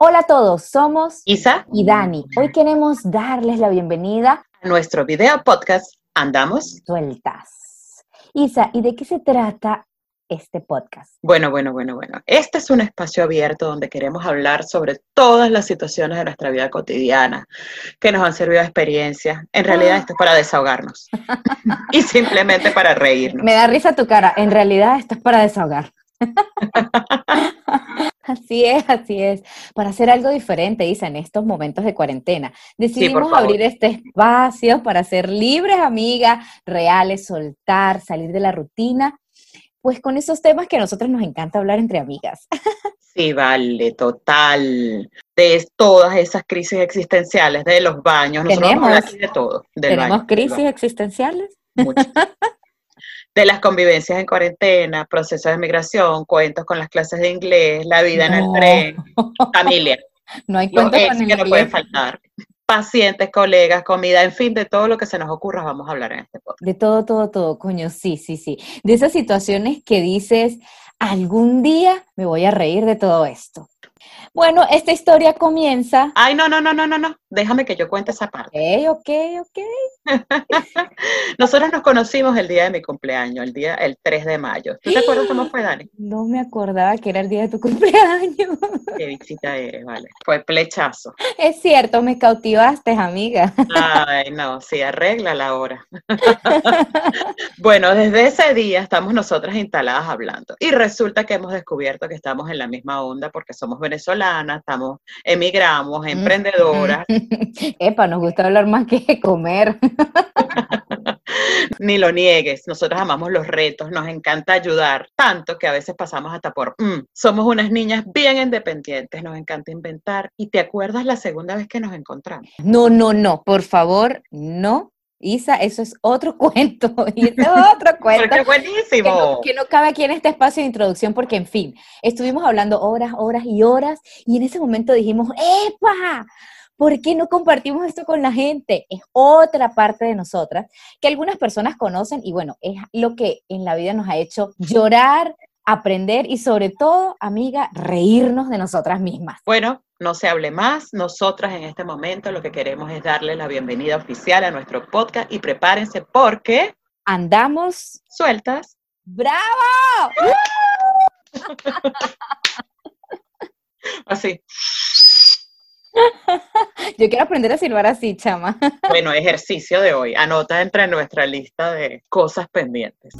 Hola a todos, somos Isa y Dani. Hoy queremos darles la bienvenida a nuestro video podcast Andamos. Sueltas. Isa, ¿y de qué se trata este podcast? Bueno, bueno, bueno, bueno. Este es un espacio abierto donde queremos hablar sobre todas las situaciones de nuestra vida cotidiana que nos han servido de experiencia. En realidad esto es para desahogarnos y simplemente para reírnos. Me da risa tu cara. En realidad, esto es para desahogar. Así es, así es. Para hacer algo diferente, Isa, en estos momentos de cuarentena. Decidimos favor. abrir este espacio para ser libres, amigas, reales, soltar, salir de la rutina, pues con esos temas que a nosotros nos encanta hablar entre amigas. Sí, vale, total. De todas esas crisis existenciales, de los baños, nosotros vamos a hablar Tenemos. aquí de todo, del ¿Tenemos baño, crisis existenciales? mucho. De las convivencias en cuarentena, procesos de migración, cuentos con las clases de inglés, la vida en No. el tren, familia. No hay Los cuentos ex con el que no pueden inglés. faltar. Pacientes, colegas, comida, en fin, de todo lo que se nos ocurra vamos a hablar en este podcast. De todo, todo, todo, coño, sí, sí, sí. De esas situaciones que dices, algún día me voy a reír de todo esto. Bueno, esta historia comienza. Ay, no, no, no, no, no, no. Déjame que yo cuente esa parte. Ok, ok, ok. Nosotros nos conocimos el día de mi cumpleaños, el día, el 3 de mayo. ¿Tú te acuerdas cómo fue, Dani? No me acordaba que era el día de tu cumpleaños. Qué visita eres, vale. Fue plechazo. Es cierto, me cautivaste, amiga. Ay, no, sí, arregla la hora. Bueno, desde ese día estamos nosotras instaladas hablando y resulta que hemos descubierto que estamos en la misma onda porque somos venezolanas, estamos, emigramos, emprendedoras, Epa, nos gusta hablar más que comer. Ni lo niegues, nosotros amamos los retos, nos encanta ayudar, tanto que a veces pasamos hasta por, "Mm". somos unas niñas bien independientes, nos encanta inventar. ¿Y te acuerdas la segunda vez que nos encontramos? No, no, no, por favor, no. Isa, eso es otro cuento. Y ese es otro cuento. Porque que no, buenísimo. que no cabe aquí en este espacio de introducción porque, en fin, estuvimos hablando horas, horas y horas y en ese momento dijimos, ¡epa! ¿Por qué no compartimos esto con la gente? Es otra parte de nosotras que algunas personas conocen y bueno, es lo que en la vida nos ha hecho llorar, aprender y sobre todo, amiga, reírnos de nosotras mismas. Bueno, no se hable más, nosotras en este momento lo que queremos es darles la bienvenida oficial a nuestro podcast y prepárense porque Andamos, sueltas. bravo. Así. Yo quiero aprender a silbar así, chama. Bueno, ejercicio de hoy. Anota entre nuestra lista de cosas pendientes.